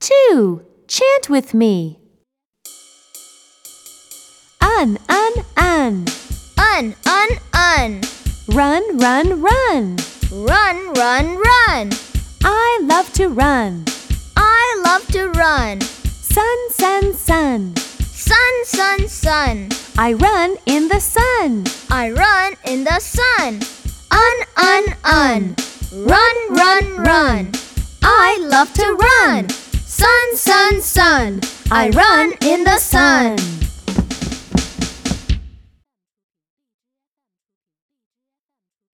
Two, chant with me. Un, un, un. Un, un, un. Run, run, run. Run, run, run. I love to run. I love to run. Sun, sun, sun. Sun, sun, sun. I run in the sun. I run in the sun. Un, un, un. Run, run, run. I love to run. Sun, sun, sun. I run in the sun.